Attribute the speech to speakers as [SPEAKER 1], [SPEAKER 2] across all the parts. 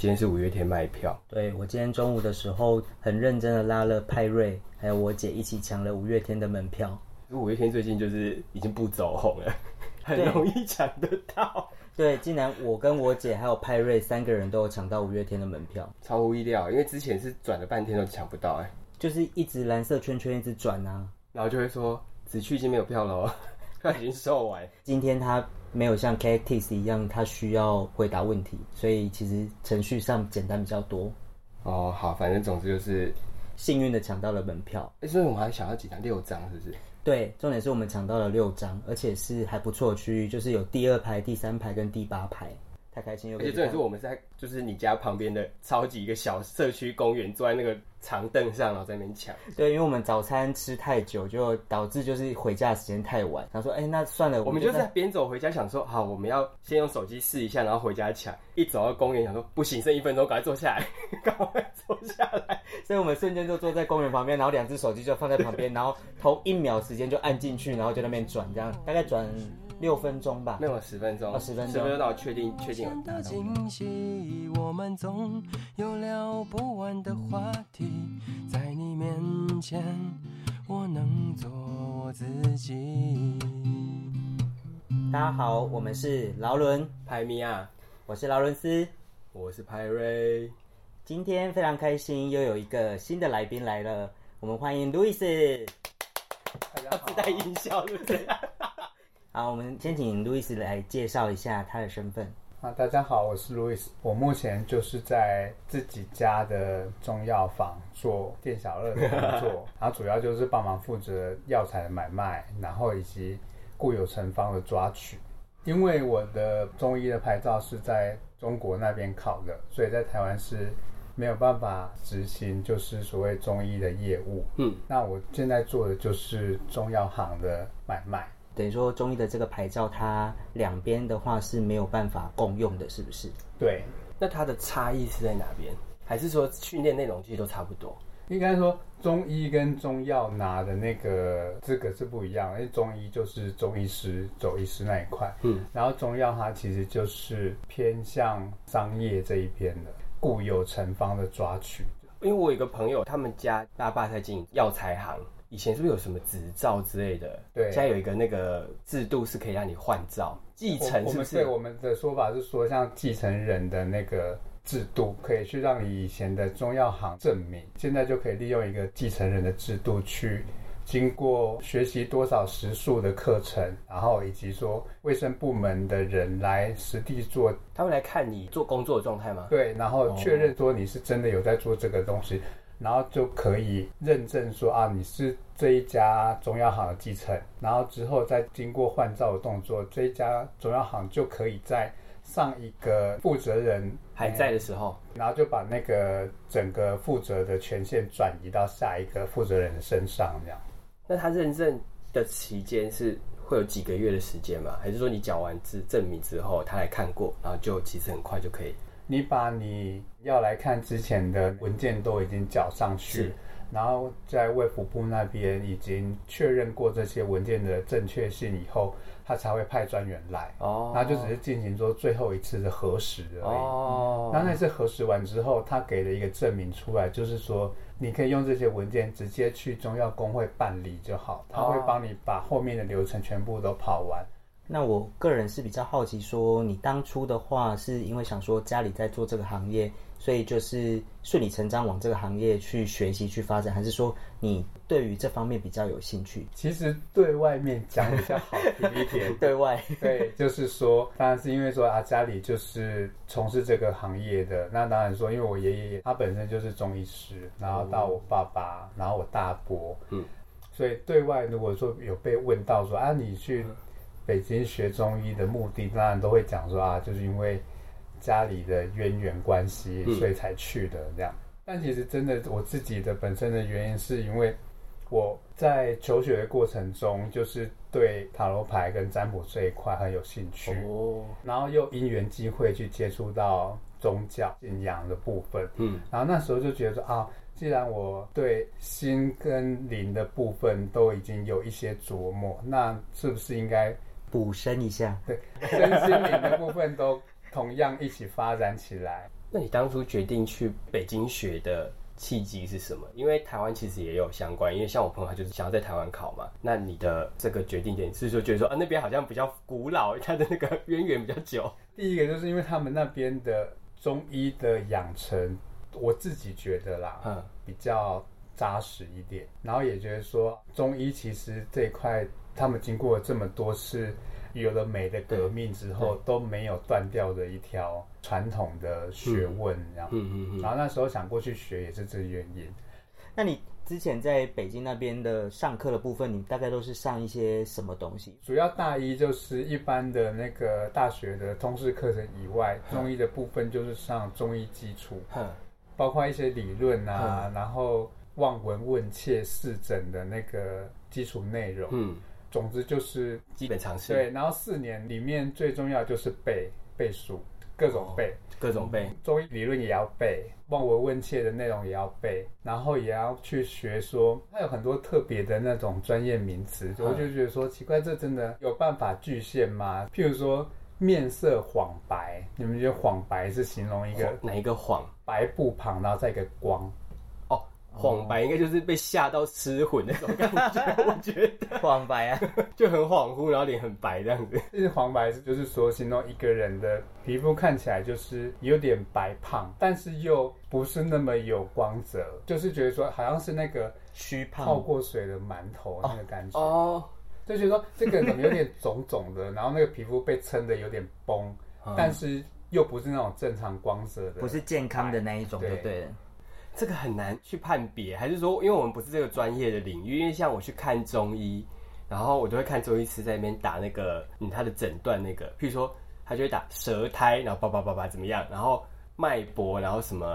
[SPEAKER 1] 今天是五月天卖票，
[SPEAKER 2] 对我今天中午的时候，很认真的拉了派瑞还有我姐一起抢了五月天的门票。
[SPEAKER 1] 五月天最近就是已经不走红 了，很
[SPEAKER 2] 对
[SPEAKER 1] 容易抢得到，
[SPEAKER 2] 对，竟然我跟我姐还有派瑞三个人都有抢到五月天的门票，
[SPEAKER 1] 超乎意料，因为之前是转了半天都抢不到、哎，
[SPEAKER 2] 就是一直蓝色圈圈一直转啊。
[SPEAKER 1] 然后就会说子去已经没有票了哦， 他已经售完，
[SPEAKER 2] 今天他没有像 Cactus 一样，他需要回答问题，所以其实程序上简单比较多。
[SPEAKER 1] 哦，好，反正总之就是，
[SPEAKER 2] 幸运的抢到了门票，
[SPEAKER 1] 哎、所以我们还想要几张，六张是不是？
[SPEAKER 2] 对，重点是我们抢到了六张，而且是还不错的区域，就是有第二排、第三排跟第八排，太开心又
[SPEAKER 1] 而
[SPEAKER 2] 可以
[SPEAKER 1] 且
[SPEAKER 2] 看。
[SPEAKER 1] 重点是我们在就是你家旁边的超级一个小社区公园，坐在那个长凳上，然后在那边抢。
[SPEAKER 2] 对，因为我们早餐吃太久，就导致就是回家的时间太晚。他说：“哎、那算了，
[SPEAKER 1] 我们就在边走回家，想说好，我们要先用手机试一下，然后回家抢。一走到公园，想说不行，剩一分钟，赶快坐下来， 赶快坐下来。
[SPEAKER 2] 所以我们瞬间就坐在公园旁边，然后两只手机就放在旁边，然后头一秒时间就按进去，然后就在那边转，这样大概转六分钟吧
[SPEAKER 1] 没。有十分钟，
[SPEAKER 2] 哦10分钟
[SPEAKER 1] 十分钟到确定确定有
[SPEAKER 3] 间
[SPEAKER 1] 打
[SPEAKER 3] 的
[SPEAKER 1] 到。
[SPEAKER 3] 惊喜，我们总有聊不完的话题，在你面前，我能做我自己。
[SPEAKER 2] 大家好，我们是劳伦，
[SPEAKER 1] 派米亚，
[SPEAKER 2] 我是劳伦斯。
[SPEAKER 1] 啊我是派瑞，
[SPEAKER 2] 今天非常开心，又有一个新的来宾来了，我们欢迎路易斯。
[SPEAKER 1] 大家自带音效是不是？
[SPEAKER 2] 好，我们先请路易斯来介绍一下他的身份。
[SPEAKER 4] 啊，大家好，我是 Louis，我目前就是在自己家的中药房做店小二的工 作，然后主要就是帮忙负责药材的买卖，然后以及固有成方的抓取。因为我的中医的牌照是在中国那边考的，所以在台湾是没有办法执行，就是所谓中医的业务。
[SPEAKER 1] 嗯，
[SPEAKER 4] 那我现在做的就是中药行的买卖。
[SPEAKER 2] 等于说中医的这个牌照，它两边的话是没有办法共用的，是不是？
[SPEAKER 4] 对，
[SPEAKER 1] 那它的差异是在哪边？还是说训练内容其实都差不多？
[SPEAKER 4] 应该说，中医跟中药拿的那个资格是不一样的，因为中医就是中医师、走医师那一块，
[SPEAKER 1] 嗯，
[SPEAKER 4] 然后中药它其实就是偏向商业这一边的，固有成方的抓取。
[SPEAKER 1] 因为我有一个朋友，他们家他爸在经营药材行，以前是不是有什么执照之类的？
[SPEAKER 4] 对
[SPEAKER 1] 现在有一个那个制度是可以让你换照，继承是不
[SPEAKER 4] 我我们
[SPEAKER 1] 是
[SPEAKER 4] 对？我们的说法是说，像继承人的那个制度，可以去让你以前的中药行证明，现在就可以利用一个继承人的制度去。经过学习多少时数的课程，然后以及说卫生部门的人来实地做
[SPEAKER 1] 他会来看你做工作的状态吗？
[SPEAKER 4] 对，然后确认说你是真的有在做这个东西，然后就可以认证说啊你是这一家中药行的继承，然后之后再经过换照的动作，这一家中药行就可以在上一个负责人
[SPEAKER 1] 还在的时候，
[SPEAKER 4] 然后就把那个整个负责的权限转移到下一个负责人的身上，这样。
[SPEAKER 1] 那他认证的期间是会有几个月的时间吗？还是说你缴完资证明之后，他来看过，然后就其实很快就可以？
[SPEAKER 4] 你把你要来看之前的文件都已经缴上
[SPEAKER 1] 是
[SPEAKER 4] 去，然后在卫福部那边已经确认过这些文件的正确性以后，他才会派专员来，
[SPEAKER 1] 哦
[SPEAKER 4] 他就只是进行说最后一次的核实而已。
[SPEAKER 1] 哦，
[SPEAKER 4] 然后那次核实完之后，他给了一个证明出来，就是说你可以用这些文件直接去中药工会办理就好，他会
[SPEAKER 1] 哦
[SPEAKER 4] 帮你把后面的流程全部都跑完。
[SPEAKER 2] 那我个人是比较好奇说，你当初的话是因为想说家里在做这个行业，所以就是顺理成章往这个行业去学习去发展，还是说你对于这方面比较有兴趣？
[SPEAKER 4] 其实对外面讲比较好听一点，
[SPEAKER 2] 对外，
[SPEAKER 4] 对，就是说，当然是因为说啊，家里就是从事这个行业的。那当然说，因为我爷爷他本身就是中医师，然后到我爸爸，然后我大伯，
[SPEAKER 1] 嗯，
[SPEAKER 4] 所以对外如果说有被问到说啊，你去北京学中医的目的，当然都会讲说啊，就是因为家里的渊源关系
[SPEAKER 1] 嗯，
[SPEAKER 4] 所以才去的这样。但其实真的我自己的本身的原因，是因为我在求学的过程中，就是对塔罗牌跟占卜这一块很有兴趣，
[SPEAKER 1] 哦，
[SPEAKER 4] 然后又因缘机会去接触到宗教信仰的部分，
[SPEAKER 1] 嗯，
[SPEAKER 4] 然后那时候就觉得说啊，既然我对心跟灵的部分都已经有一些琢磨，那是不是应该
[SPEAKER 2] 补升一下。
[SPEAKER 4] 对身心灵的部分都同样一起发展起来？
[SPEAKER 1] 那你当初决定去北京学的契机是什么？因为台湾其实也有相关，因为像我朋友他就是想要在台湾考嘛。那你的这个决定点是说觉得说啊那边好像比较古老， 它的那个渊源比较久。
[SPEAKER 4] 第一个就是因为他们那边的中医的养成，我自己觉得啦，
[SPEAKER 1] 嗯
[SPEAKER 4] 比较扎实一点。然后也觉得说，中医其实这一块，他们经过了这么多次有了美的革命之后，都没有断掉的一条传统的学问，这样。
[SPEAKER 1] 嗯嗯
[SPEAKER 4] 然后那时候想过去学也是这个原因。
[SPEAKER 2] 那你之前在北京那边的上课的部分，你大概都是上一些什么东西？
[SPEAKER 4] 主要大一就是一般的那个大学的通识课程以外，中医的部分就是上中医基础，
[SPEAKER 1] 嗯，
[SPEAKER 4] 包括一些理论啊，然后望闻问切四诊的那个基础内容。
[SPEAKER 1] 嗯，
[SPEAKER 4] 总之就是
[SPEAKER 1] 基本常识，
[SPEAKER 4] 对，然后四年里面最重要就是背背书，各种背。
[SPEAKER 1] 各种背，
[SPEAKER 4] 中医理论也要背，望闻问切的内容也要背，然后也要去学说，它有很多特别的那种专业名词，我就觉得说奇怪，这真的有办法具现吗？譬如说面色晃白，你们觉得晃白是形容一个
[SPEAKER 1] 哪一个谎？
[SPEAKER 4] 白布旁，然后再一个光，
[SPEAKER 1] 哦，谎白应该就是被吓到失魂那种感 觉，我觉得
[SPEAKER 2] 黄白啊，
[SPEAKER 1] 就很恍惚，然后脸很白这样子。
[SPEAKER 4] 这是黄白，就是说形容一个人的皮肤看起来就是有点白胖，但是又不是那么有光泽，就是觉得说好像是那个
[SPEAKER 2] 虚胖
[SPEAKER 4] 泡过水的馒头那个感觉。
[SPEAKER 1] 哦，
[SPEAKER 4] 就觉得说这个人怎么有点肿肿的，然后那个皮肤被撑的有点崩，但是又不是那种正常光泽的，
[SPEAKER 2] 嗯不是健康的那一种，
[SPEAKER 4] 对
[SPEAKER 2] 就对了。
[SPEAKER 1] 这个很难去判别，还是说，因为我们不是这个专业的领域，因为像我去看中医，然后我都会看中医师在那边打那个，嗯，他的诊断那个，譬如说他就会打舌苔，然后叭叭叭叭怎么样，然后脉搏，然后什么，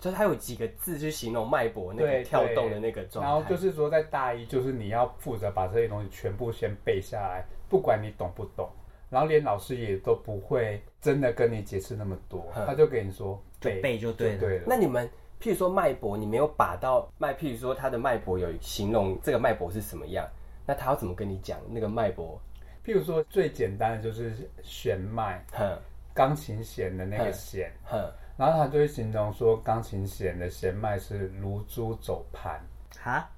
[SPEAKER 1] 就是他有几个字去形容脉搏那个
[SPEAKER 4] 对
[SPEAKER 1] 跳动的那个状态，
[SPEAKER 4] 然后就是说，在大一就是你要负责把这些东西全部先背下来，不管你懂不懂，然后连老师也都不会真的跟你解释那么多，
[SPEAKER 1] 嗯
[SPEAKER 4] 他就给你说背
[SPEAKER 2] 背就对了
[SPEAKER 4] 对啊了。
[SPEAKER 1] 那你们，譬如说脉搏，你没有把到脉，譬如说它的脉搏有形容这个脉搏是什么样，那他要怎么跟你讲那个脉搏？
[SPEAKER 4] 譬如说最简单的就是弦脉，
[SPEAKER 1] 哼
[SPEAKER 4] 钢琴弦的
[SPEAKER 1] 嗯
[SPEAKER 4] 那个弦，
[SPEAKER 1] 哼，
[SPEAKER 4] 然后他就会形容说钢琴弦的弦脉是如珠走盘。
[SPEAKER 2] 哈，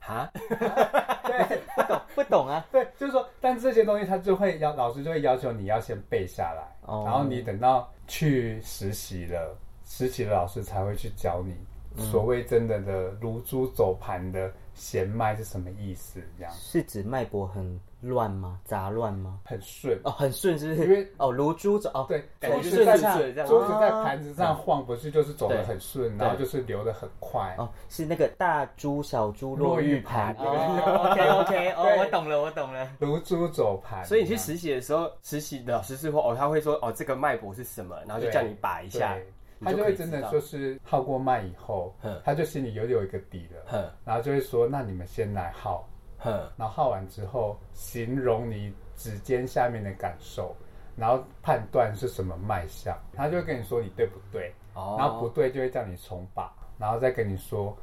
[SPEAKER 1] 哈，
[SPEAKER 2] 不懂不懂啊，
[SPEAKER 4] 对，就是说，但这些东西他就会要老师就会要求你要先背下来，
[SPEAKER 2] 哦
[SPEAKER 4] 然后你等到去实习了，实习的老师才会去教你
[SPEAKER 1] 嗯
[SPEAKER 4] 所谓真的的如珠走盘的弦脉是什么意思，这样
[SPEAKER 2] 是指脉搏很乱吗？杂乱吗？
[SPEAKER 4] 很顺。
[SPEAKER 2] 哦，很顺是不是？
[SPEAKER 4] 因为
[SPEAKER 2] 哦，如珠走哦，
[SPEAKER 4] 对，
[SPEAKER 1] 感觉
[SPEAKER 4] 桌
[SPEAKER 1] 就
[SPEAKER 4] 子在
[SPEAKER 1] 顺顺这样
[SPEAKER 4] 桌子在盘子上晃，不是就是走
[SPEAKER 1] 对
[SPEAKER 4] 的很顺，然后
[SPEAKER 1] 对
[SPEAKER 4] 就是流的很快。
[SPEAKER 2] 哦，是那个大珠小珠落玉盘。
[SPEAKER 4] 落玉盘
[SPEAKER 2] 哦，OK OK，哦，
[SPEAKER 4] 对
[SPEAKER 2] 我懂了，我懂了。哦
[SPEAKER 4] 如珠走盘，
[SPEAKER 1] 所以你去
[SPEAKER 4] 这样
[SPEAKER 1] 实习的时候，实习的老师是会哦，他会说哦，这个脉搏是什么，然后就
[SPEAKER 4] 对
[SPEAKER 1] 叫你把一下
[SPEAKER 4] 对，
[SPEAKER 1] 你
[SPEAKER 4] 他
[SPEAKER 1] 就
[SPEAKER 4] 就
[SPEAKER 1] 可
[SPEAKER 4] 会
[SPEAKER 1] 以
[SPEAKER 4] 真
[SPEAKER 1] 知
[SPEAKER 4] 的
[SPEAKER 1] 道
[SPEAKER 4] 就是号过脉以后
[SPEAKER 1] 嗯，
[SPEAKER 4] 他就心里有有一个底了，
[SPEAKER 1] 哼
[SPEAKER 4] 然后就会说，那你们先来号，
[SPEAKER 1] 哼，
[SPEAKER 4] 然后号完之后，形容你指尖下面的感受，然后判断是什么脉象，他就会跟你说你对不对，
[SPEAKER 1] 哦，
[SPEAKER 4] 然后不对就会叫你重把，然后再跟你说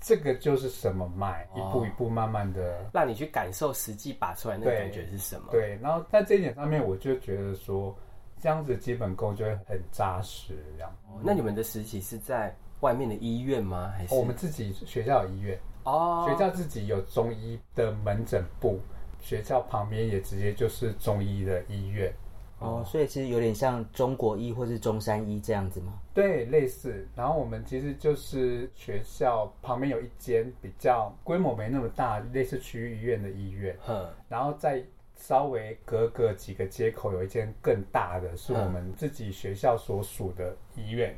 [SPEAKER 4] 这个就是什么脉，一步一步慢慢的
[SPEAKER 1] 让你去感受实际把出来那个
[SPEAKER 4] 对
[SPEAKER 1] 感觉是什么。
[SPEAKER 4] 对，然后在这一点上面，我就觉得说这样子基本功就会很扎实，这样。
[SPEAKER 1] 哦那你们的实习是在外面的医院吗？还是
[SPEAKER 4] 哦我们自己学校有医院，
[SPEAKER 1] 哦
[SPEAKER 4] 学校自己有中医的门诊部，学校旁边也直接就是中医的医院。
[SPEAKER 2] 哦，所以其实有点像中国医或是中山医这样子嘛。
[SPEAKER 4] 对，类似。然后我们其实就是学校旁边有一间比较规模没那么大，类似区域医院的医院，
[SPEAKER 1] 哼
[SPEAKER 4] 然后再稍微隔个几个街口有一间更大的，是我们自己学校所属的医院。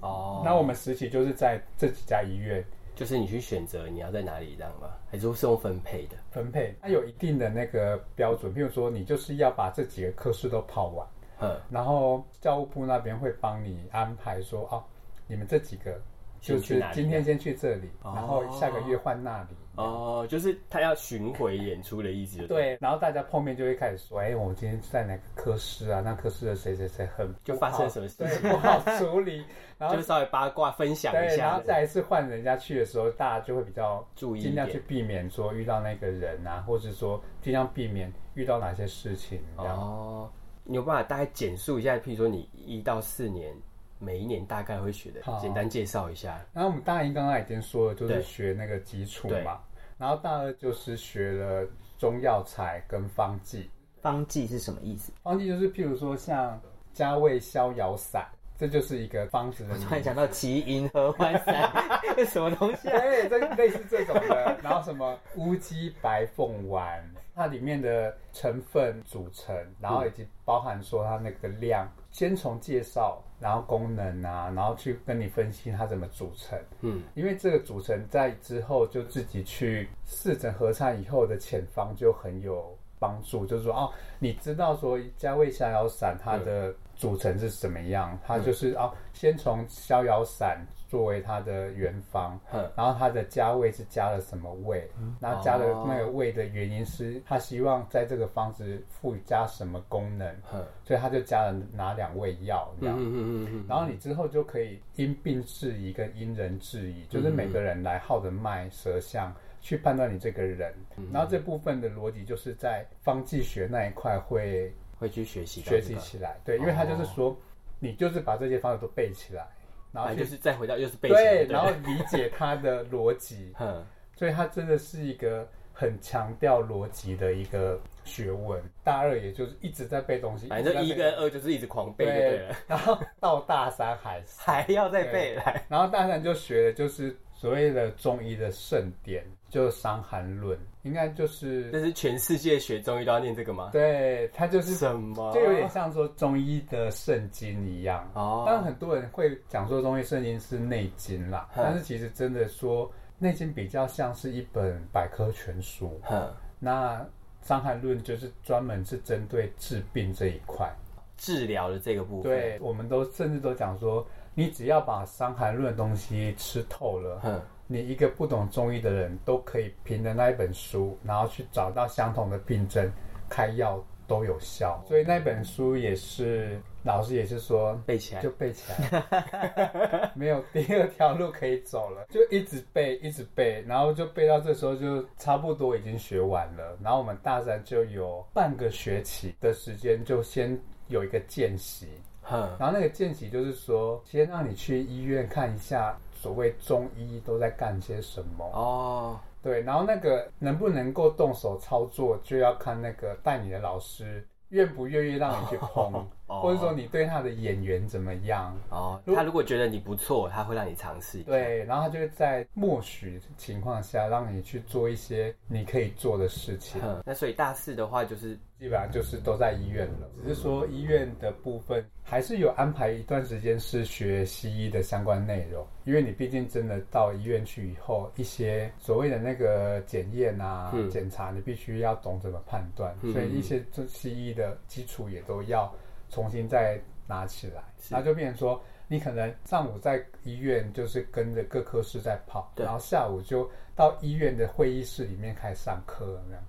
[SPEAKER 1] 哦，
[SPEAKER 4] 那我们实习就是在这几家医院
[SPEAKER 1] 就是你去选择你要在哪里这样吗？还是是用分配的？
[SPEAKER 4] 分配，它有一定的那个标准，譬如说你就是要把这几个科室都跑完。
[SPEAKER 1] 哼，
[SPEAKER 4] 然后教务部那边会帮你安排说，哦，你们这几个就
[SPEAKER 1] 先去
[SPEAKER 4] 是
[SPEAKER 1] 哪里啊
[SPEAKER 4] 今天先去这里，
[SPEAKER 1] 哦
[SPEAKER 4] 然后下个月换那里。
[SPEAKER 1] 哦，就是他要巡回演出的意思。，
[SPEAKER 4] 对，然后大家碰面就会开始说，哎，我们今天在哪个科室啊？那科室的谁谁谁很
[SPEAKER 1] 就
[SPEAKER 4] 不好
[SPEAKER 1] 发生什么事
[SPEAKER 4] 对，不好处 理。然后
[SPEAKER 1] 就是稍微八卦分享一
[SPEAKER 4] 对，然
[SPEAKER 1] 下
[SPEAKER 4] 后。再一次换人家去的时候，大家就会比较
[SPEAKER 1] 注意一
[SPEAKER 4] 尽量去
[SPEAKER 1] 点
[SPEAKER 4] 避免说遇到那个人啊，或者说尽量避免遇到哪些事情。然后
[SPEAKER 1] 哦，你有办法大概简述一下，譬如说你一到四年每一年大概会学的
[SPEAKER 4] 好，
[SPEAKER 1] 简单介绍一下。
[SPEAKER 4] 然后我们大一刚刚已经说了，就是
[SPEAKER 1] 对
[SPEAKER 4] 学那个基础
[SPEAKER 1] 对
[SPEAKER 4] 嘛，然后大二就是学了中药材跟方剂，
[SPEAKER 2] 方剂是什么意思？
[SPEAKER 4] 方剂就是譬如说像加味逍遥散，这就是一个方子的名
[SPEAKER 2] 突然
[SPEAKER 4] 字。
[SPEAKER 2] 想到奇银合欢散，这什么东西啊？
[SPEAKER 4] 对，哎这类似这种的，然后什么乌鸡白凤丸，它里面的成分组成，然后以及包含说它那个量，先从介绍，然后功能啊，然后去跟你分析它怎么组成，
[SPEAKER 1] 嗯，
[SPEAKER 4] 因为这个组成在之后就自己去试着合唱以后的前方就很有帮助，就是说哦，你知道说加味逍遥散它的组成是怎么样，它就是哦，先从逍遥散作为它的原方，
[SPEAKER 1] 哼，
[SPEAKER 4] 然后它的加味是加了什么味，
[SPEAKER 1] 嗯
[SPEAKER 4] 然后加的那个味的原因是他希望在这个方子附加什么功能，
[SPEAKER 1] 哼，
[SPEAKER 4] 所以他就加了哪两味药
[SPEAKER 1] 嗯
[SPEAKER 4] 这样。
[SPEAKER 1] 嗯嗯嗯
[SPEAKER 4] 然后你之后就可以因病制宜跟因人制
[SPEAKER 1] 嗯
[SPEAKER 4] 宜，就是每个人来号的脉、舌象去判断你这个人。
[SPEAKER 1] 嗯
[SPEAKER 4] 然后这部分的逻辑就是在方剂学那一块会
[SPEAKER 1] 嗯，会去学习到这
[SPEAKER 4] 学习
[SPEAKER 1] 个哦
[SPEAKER 4] 起来，对，因为他就是说，你就是把这些方子都背起来，然后
[SPEAKER 1] 啊，
[SPEAKER 4] 去
[SPEAKER 1] 就是再回到又是背起来
[SPEAKER 4] 对，
[SPEAKER 1] 的，，
[SPEAKER 4] 然后理解它的逻辑
[SPEAKER 1] 哼，
[SPEAKER 4] 所以它真的是一个很强调逻辑的一个学问。大二也就是一直在背东西，
[SPEAKER 1] 反正
[SPEAKER 4] 直
[SPEAKER 1] 一
[SPEAKER 4] 在背
[SPEAKER 1] 跟二就是一直狂背就对 了，
[SPEAKER 4] 然后到大三还是，
[SPEAKER 1] 还要再背来。
[SPEAKER 4] 然后大三就学的就是所谓的中医的圣典，就是《伤寒论》，应该就是
[SPEAKER 1] 这是全世界学中医都要念这个吗？
[SPEAKER 4] 对，它就是
[SPEAKER 1] 什么？
[SPEAKER 4] 就有点像说中医的圣经一样。
[SPEAKER 1] 哦，
[SPEAKER 4] 当然，很多人会讲说中医圣经是内经啦，
[SPEAKER 1] 嗯
[SPEAKER 4] 但是其实真的说内经比较像是一本百科全书。
[SPEAKER 1] 哼，
[SPEAKER 4] 那伤寒论就是专门是针对治病这一块。
[SPEAKER 1] 治疗的这个部分，，
[SPEAKER 4] 对，我们都甚至都讲说，你只要把伤寒论的东西吃透了，
[SPEAKER 1] 哼，
[SPEAKER 4] 你一个不懂中医的人都可以凭着那一本书，然后去找到相同的病症，开药都有效。所以那本书也是老师也是说。
[SPEAKER 1] 背起来
[SPEAKER 4] 就。背 起来了，没有第二条路可以走了，就一直背，一直背，然后就背到这时候就差不多已经学完了。然后我们大三就有半个学期的时间，就先有一个见习，
[SPEAKER 1] 哼，
[SPEAKER 4] 然后那个见习就是说，先让你去医院看一下所谓中医都在干些什么。
[SPEAKER 1] 哦，
[SPEAKER 4] 对，然后那个能不能够动手操作，就要看那个带你的老师愿不愿意让你去碰，
[SPEAKER 1] 哦
[SPEAKER 4] 或者说你对他的眼缘怎么样。
[SPEAKER 1] 哦，
[SPEAKER 4] 如
[SPEAKER 1] 他如果觉得你不错，他会让你尝试一下。
[SPEAKER 4] 对，然后他就会在默许情况下，让你去做一些你可以做的事情。
[SPEAKER 1] 哼，那所以大四的话就是
[SPEAKER 4] 基本上就是都在医院了，只是说医院的部分还是有安排一段时间是学西医的相关内容，因为你毕竟真的到医院去以后，一些所谓的那个检验啊、
[SPEAKER 1] 嗯
[SPEAKER 4] 检查，你必须要懂怎么判断，
[SPEAKER 1] 嗯
[SPEAKER 4] 所以一些这西医的基础也都要重新再拿起来，
[SPEAKER 1] 是
[SPEAKER 4] 然后就变成说。你可能上午在医院就是跟着各科室在跑，
[SPEAKER 1] 对
[SPEAKER 4] 然后下午就到医院的会议室里面开始上课那样。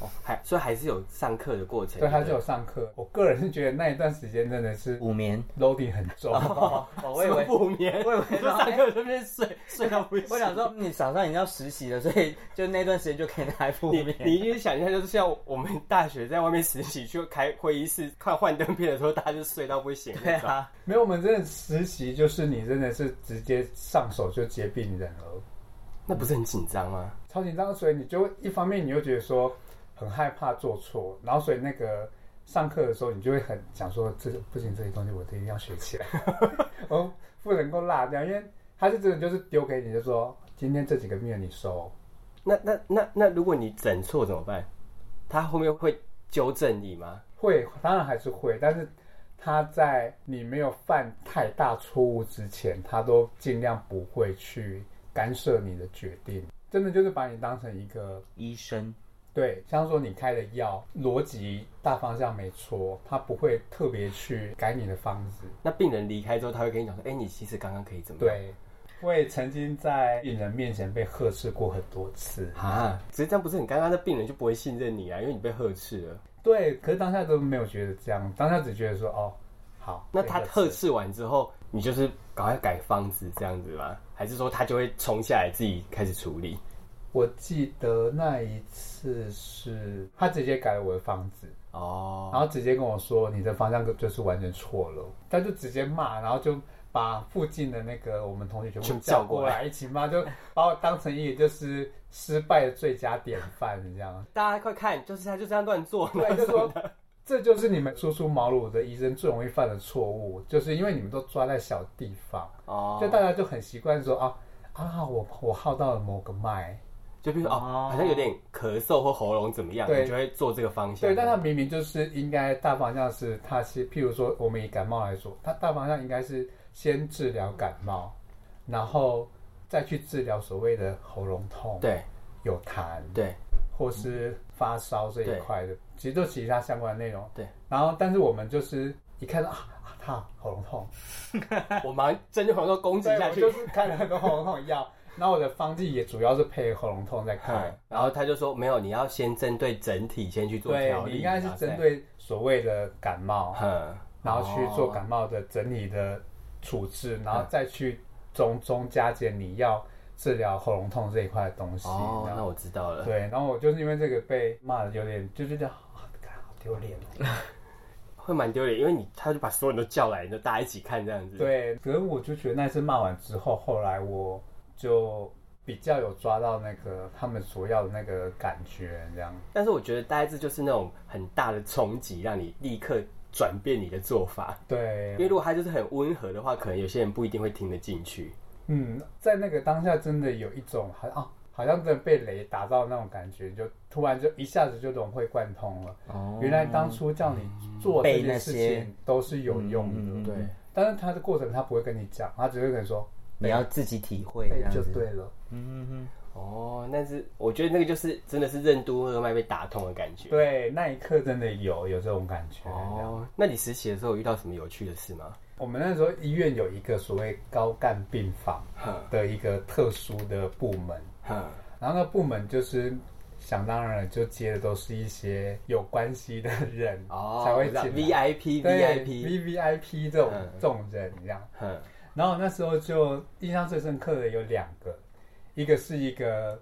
[SPEAKER 1] 哦，还所以还是有上课的过程。
[SPEAKER 4] 对，
[SPEAKER 1] 不
[SPEAKER 4] 他是有上课。我个人是觉得那一段时间真的是
[SPEAKER 2] 五眠，
[SPEAKER 4] loading 很 重，
[SPEAKER 2] 哦，我
[SPEAKER 1] 什
[SPEAKER 2] 以
[SPEAKER 1] 么
[SPEAKER 2] 为
[SPEAKER 1] 不眠，
[SPEAKER 2] 我以为
[SPEAKER 1] 你说 上课这边睡睡到不行。
[SPEAKER 2] 我想说，你早上已经要实习了，所以就那段时间就可以拿来敷
[SPEAKER 1] 你
[SPEAKER 2] 面。
[SPEAKER 1] 你一想象就是像我们大学在外面实习去开会议室看幻灯片的时候，大家就睡到不行
[SPEAKER 2] 对
[SPEAKER 1] 那种。
[SPEAKER 2] 啊，
[SPEAKER 4] 没有我们真的实习就是你真的是直接上手就接病人了，
[SPEAKER 1] 那不是很紧张吗？
[SPEAKER 4] 超紧张，所以你就一方面你又觉得说很害怕做错，然后所以那个上课的时候你就会很想说这不行，这些东西我一定要学起来， 我不能够落掉，因为他是真的就是丢给你就说今天这几个病人你收，
[SPEAKER 1] 那那那那，如果你整错怎么办？他后面会纠正你吗？
[SPEAKER 4] 会，当然还是会，但是他在你没有犯太大错误之前，他都尽量不会去干涉你的决定。真的就是把你当成一个
[SPEAKER 2] 医生
[SPEAKER 4] 对，像说你开的药逻辑大方向没错，他不会特别去改你的方子。
[SPEAKER 1] 那病人离开之后，他会跟你讲说：“哎、你其实刚刚可以怎么样？”
[SPEAKER 4] 对，我也曾经在病人面前被呵斥过很多次。
[SPEAKER 1] 啊，只是这样不是很尴尬？那病人就不会信任你啊，因为你被呵斥了。
[SPEAKER 4] 对，可是当下都没有觉得这样，当下只觉得说哦，好。
[SPEAKER 1] 那
[SPEAKER 4] 被
[SPEAKER 1] 他
[SPEAKER 4] 斥
[SPEAKER 1] 呵斥完之后，你就是赶快改方子这样子吗？还是说他就会冲下来自己开始处理？
[SPEAKER 4] 我记得那一次是他直接改了我的方子，
[SPEAKER 1] 哦，
[SPEAKER 4] 然后直接跟我说你的方向就是完全错了，他就直接骂，然后就把附近的那个我们同学全
[SPEAKER 1] 全
[SPEAKER 4] 部
[SPEAKER 1] 部叫
[SPEAKER 4] 叫过
[SPEAKER 1] 过来
[SPEAKER 4] 来一起骂，就把我当成一个就是失败的最佳典范 这样。
[SPEAKER 1] 大家快看，就是他就这样乱做，
[SPEAKER 4] 对，就说这就是你们初出茅庐的医生最容易犯的错误，就是因为你们都抓在小地方，
[SPEAKER 1] 哦，
[SPEAKER 4] 就大家就很习惯说啊啊，我我耗到了某个脉，
[SPEAKER 1] 就比如说哦
[SPEAKER 2] 哦，
[SPEAKER 1] 好像有点咳嗽或喉咙怎么样，
[SPEAKER 4] 对
[SPEAKER 1] 你就会做这个方向。
[SPEAKER 4] 对，但他明明就是应该大方向是，他先，譬如说我们以感冒来说，他大方向应该是先治疗感冒，然后再去治疗所谓的喉咙痛、
[SPEAKER 1] 对
[SPEAKER 4] 有痰
[SPEAKER 1] 对嗯
[SPEAKER 4] 或是发烧这一块的，其实都其他相关的内容。
[SPEAKER 1] 对，
[SPEAKER 4] 然后但是我们就是一看到啊啊，他喉咙 痛，
[SPEAKER 1] 我马上针对喉咙攻击
[SPEAKER 4] 对，
[SPEAKER 1] 下
[SPEAKER 4] 我
[SPEAKER 1] 去
[SPEAKER 4] 就，是开了很多喉咙痛药，然后我的方剂也主要是配合喉咙痛在开
[SPEAKER 1] 嗯。然后他就说没有，你要先针对整体先去做
[SPEAKER 4] 对
[SPEAKER 1] 调，理，啊
[SPEAKER 4] 你应该是
[SPEAKER 1] 然后再
[SPEAKER 4] 针，对所谓的感冒，
[SPEAKER 1] 嗯，
[SPEAKER 4] 然后去做感冒的整体的处置，然后再去中中加减你要治疗喉咙痛这一块的东西。
[SPEAKER 1] 哦，
[SPEAKER 4] 然
[SPEAKER 1] 那
[SPEAKER 4] 后
[SPEAKER 1] 我知道了。
[SPEAKER 4] 对，然后我就是因为这个被骂的有点，就觉得啊，干好丢 脸哦。
[SPEAKER 1] 会蛮丢脸，因为你他就把所有人都叫来，你就大家一起看这样子。，
[SPEAKER 4] 对，可是我就觉得那次骂完之后，后来我就比较有抓到那个他们所要的那个感觉，这样。
[SPEAKER 1] 但是我觉得大概这就是那种很大的冲击，让你立刻转变你的做法。因为
[SPEAKER 4] 对，
[SPEAKER 1] 如果他就是很温和的话，可能有些人不一定会听得进去。
[SPEAKER 4] 嗯，在那个当下真的有一种好像啊，好像真的被雷打到那种感觉，就突然就一下子就融会贯通了。
[SPEAKER 2] 哦
[SPEAKER 4] 原来当初叫你做这件事
[SPEAKER 2] 背那些
[SPEAKER 4] 情都是有用的，
[SPEAKER 2] 嗯嗯嗯
[SPEAKER 1] 对，
[SPEAKER 4] 但是他的过程他不会跟你讲，他只会跟你说
[SPEAKER 2] 你要自己体会，这
[SPEAKER 4] 背
[SPEAKER 2] 样
[SPEAKER 4] 就
[SPEAKER 2] 子
[SPEAKER 4] 对了。
[SPEAKER 2] 嗯嗯嗯。
[SPEAKER 1] 哦，但是我觉得那个就是真的是任督二脉被打通的感觉。
[SPEAKER 4] 对，那一刻真的有有这种感觉。哦，
[SPEAKER 1] 哦，那你实习的时候有遇到什么有趣的事 吗？
[SPEAKER 4] 我们那时候医院有一个所谓高干病房
[SPEAKER 1] 哼
[SPEAKER 4] 的一个特殊的部门，
[SPEAKER 1] 哼，
[SPEAKER 4] 然后那部门就是想当然了，就接的都是一些有关系的人、
[SPEAKER 1] 哦，
[SPEAKER 4] 才会进来
[SPEAKER 1] VIP
[SPEAKER 4] 对
[SPEAKER 1] VIP，
[SPEAKER 4] V V I 哦 P 这种、
[SPEAKER 1] 嗯
[SPEAKER 4] 这种人这样。
[SPEAKER 1] 哼，
[SPEAKER 4] 然后那时候就印象最深刻的有两个，一个是一个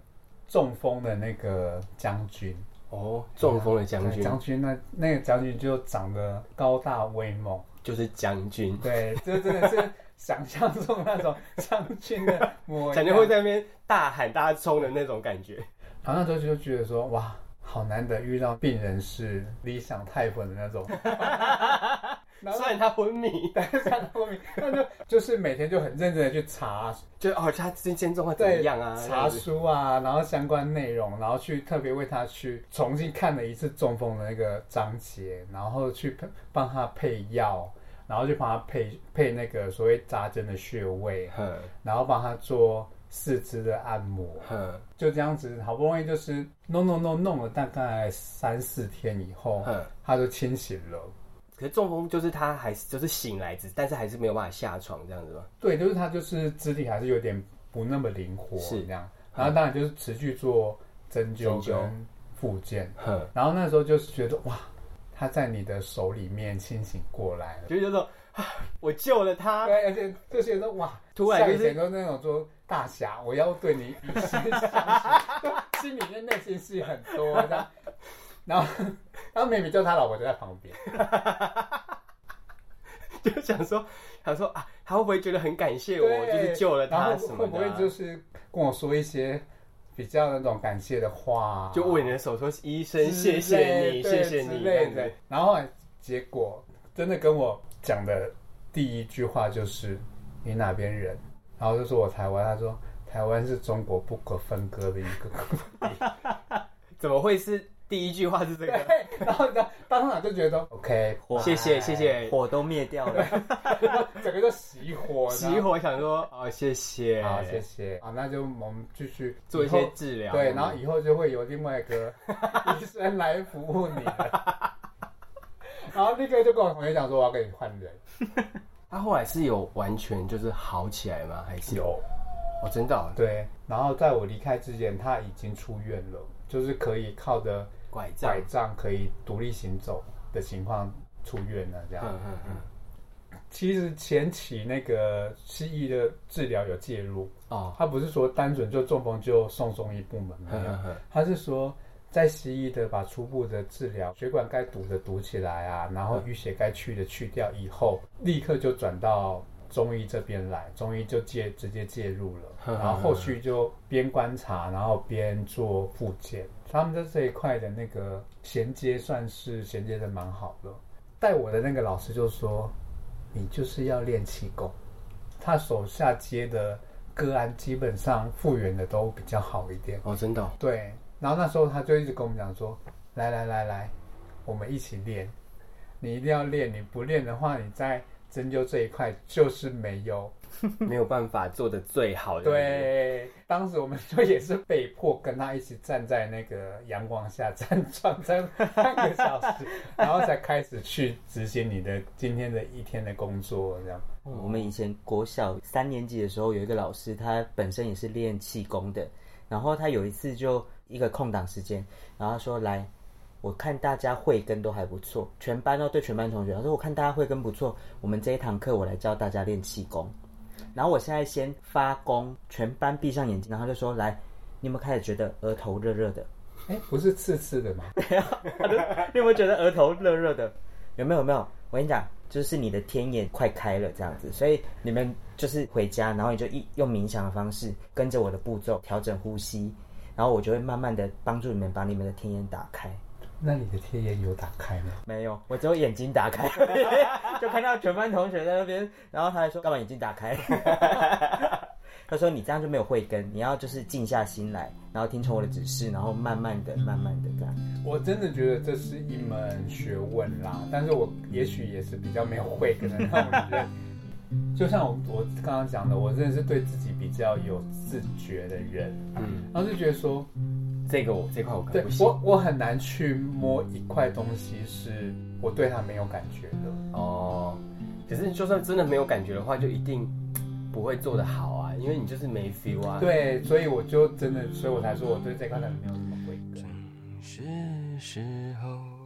[SPEAKER 4] 中风的那个将军，
[SPEAKER 1] 哦，中风的将
[SPEAKER 4] 对
[SPEAKER 1] 军
[SPEAKER 4] 将军那那个将军就长得高大威猛，
[SPEAKER 1] 就是将军，
[SPEAKER 4] 对， 这真的是想象中那种将军的模
[SPEAKER 1] 感
[SPEAKER 4] 样。
[SPEAKER 1] 觉会在那边大喊大家冲的那种感觉。
[SPEAKER 4] 然后那时候就觉得说，哇，好难得遇到病人是理想 type 的那种， 然后
[SPEAKER 1] 虽然他昏迷，
[SPEAKER 4] 但是他的后面，那就就是每天就很认真的去查
[SPEAKER 1] 就哦，他之间状况怎么
[SPEAKER 4] 对
[SPEAKER 1] 样啊？这
[SPEAKER 4] 查
[SPEAKER 1] 样子
[SPEAKER 4] 书啊，然后相关内容，然后去特别为他去重新看了一次中风的那个章节，然后去配帮他配药，然后去帮他配配那个所谓扎针的穴位，
[SPEAKER 1] 哼
[SPEAKER 4] 然后帮他做四肢的按摩，
[SPEAKER 1] 哼
[SPEAKER 4] 就这样子，好不容易 就是弄弄弄弄了大概三四天以后，
[SPEAKER 1] 哼。
[SPEAKER 4] 他就清醒了。
[SPEAKER 1] 可是中风就是他还是就是醒来只，但是还是没有办法下床这样子吗？
[SPEAKER 4] 对，就是他就是肢体还是有点不那么灵活，
[SPEAKER 1] 是
[SPEAKER 4] 这样。然后当然就是持续做针灸
[SPEAKER 1] 针灸
[SPEAKER 4] 跟复健。
[SPEAKER 1] 哼，
[SPEAKER 4] 然后那时候就是觉得哇，他在你的手里面清醒过来了。
[SPEAKER 1] 就是说，啊我救了他，
[SPEAKER 4] 对，而且就觉得哇，
[SPEAKER 1] 突然就
[SPEAKER 4] 像以
[SPEAKER 1] 是
[SPEAKER 4] 前都那种说大侠，我要对你以身相 许，心里面内心戏很多的。然后，然后明明就他老婆就在旁边，
[SPEAKER 1] 就想说想说啊，他会不会觉得很感谢我，
[SPEAKER 4] 对
[SPEAKER 1] 我就是救了他
[SPEAKER 4] 然后
[SPEAKER 1] 什么
[SPEAKER 4] 会不
[SPEAKER 1] 的
[SPEAKER 4] 会
[SPEAKER 1] 啊、
[SPEAKER 4] 就是跟我说一些比较那种感谢的话啊、
[SPEAKER 1] 就握你的手说医
[SPEAKER 4] 之类
[SPEAKER 1] 生谢谢你，
[SPEAKER 4] 对
[SPEAKER 1] 谢谢
[SPEAKER 4] 之
[SPEAKER 1] 你这
[SPEAKER 4] 类
[SPEAKER 1] 样
[SPEAKER 4] 的
[SPEAKER 1] 子。。
[SPEAKER 4] 然后后来结果真的跟我讲的第一句话就是你哪边人，然后就说我台湾，他说台湾是中国不可分割的一个国家。
[SPEAKER 1] 怎么会是第一句话是这 个？
[SPEAKER 4] 对， 然后呢，当场就觉得 OK，
[SPEAKER 2] 火
[SPEAKER 1] 谢谢谢谢，
[SPEAKER 2] 火都灭掉 了，
[SPEAKER 4] 整个就熄火，
[SPEAKER 1] 熄。火想说哦谢谢，
[SPEAKER 4] 好，谢谢。好，那就我们继续
[SPEAKER 1] 做一
[SPEAKER 4] 以
[SPEAKER 1] 些
[SPEAKER 4] 后
[SPEAKER 1] 治疗，
[SPEAKER 4] 对，然后以后就会有另外一 个医生来服务你了。 然后那个就跟我同学讲说，我要跟你换人。
[SPEAKER 1] 他后来是有完全就是好起来吗？还是
[SPEAKER 4] 有，
[SPEAKER 1] 哦真的哦
[SPEAKER 4] 对，然后在我离开之前，他已经出院了，就是可以靠着
[SPEAKER 1] 拐杖
[SPEAKER 4] 拐，杖可以独立行走的情况出院了。这样，
[SPEAKER 1] 嗯嗯嗯，
[SPEAKER 4] 其实前期那个西医的治疗有介入，
[SPEAKER 1] 哦，
[SPEAKER 4] 他不是说单纯就中风就送中医部门，没
[SPEAKER 1] 嗯
[SPEAKER 4] 有
[SPEAKER 1] 嗯嗯
[SPEAKER 4] 他是说。在西医的把初步的治疗，血管该堵的堵起来啊，然后淤血该去的去掉以后，立刻就转到中医这边来，中医就介直接介入了，
[SPEAKER 1] 呵呵
[SPEAKER 4] 然后后续就边观察，然后边做复健，他们在这一块的那个衔接算是衔接的蛮好的。带我的那个老师就说，你就是要练气功，他手下接的个案基本上复原的都比较好一点。
[SPEAKER 1] 哦，真的哦、
[SPEAKER 4] 对，然后那时候他就一直跟我们讲说，来来来来，我们一起练，你一定要练，你不练的话，你在针灸这一块就是没有。
[SPEAKER 1] 没有办法做的最好的。，
[SPEAKER 4] 对，当时我们就也是被迫跟他一起站在那个阳光下站转站半个小时，然后才开始去执行你的今天的一天的工作，这样。
[SPEAKER 1] 嗯
[SPEAKER 2] 我们以前国小三年级的时候，有一个老师，他本身也是练气功的，然后他有一次就一个空档时间，然后他说来。我看大家慧根都还不错，全班哦，对全班同学，他说我看大家慧根不错，我们这一堂课我来教大家练气功，然后我现在先发功，全班闭上眼睛，然后他就说来，你有没有开始觉得额头热热的？
[SPEAKER 4] 哎，不是刺刺的吗？
[SPEAKER 2] 你有没有觉得额头热热的？有没有？有没有？我跟你讲，就是你的天眼快开了这样子，所以你们就是回家，然后你就一用冥想的方式，跟着我的步骤调整呼吸，然后我就会慢慢的帮助你们把你们的天眼打开。
[SPEAKER 4] 那你的贴眼有打开吗？
[SPEAKER 2] 没有，我只有眼睛打开， 就看到全班同学在那边，然后他还说干嘛眼睛打开？ 他说你这样就没有慧根，你要就是静下心来，然后听从我的指示，然后慢慢的、慢慢的这样。
[SPEAKER 4] 我真的觉得这是一门学问啦，
[SPEAKER 1] 嗯
[SPEAKER 4] 但是我也许也是比较没有慧根的那种人。就像我我刚刚讲的，我真的是对自己比较有自觉的人，
[SPEAKER 1] 嗯，
[SPEAKER 4] 然后就觉得说，
[SPEAKER 1] 这个我这块我可
[SPEAKER 4] 对
[SPEAKER 1] 能不行。
[SPEAKER 4] 我我很难去摸一块东西是我对它没有感觉的。
[SPEAKER 1] 哦，可是就算真的没有感觉的话，就一定不会做的好啊，因为你就是没 feel 啊。，
[SPEAKER 4] 对，所以我就真的，所以我才说我对这块可能没有什么慧根。
[SPEAKER 3] 是时候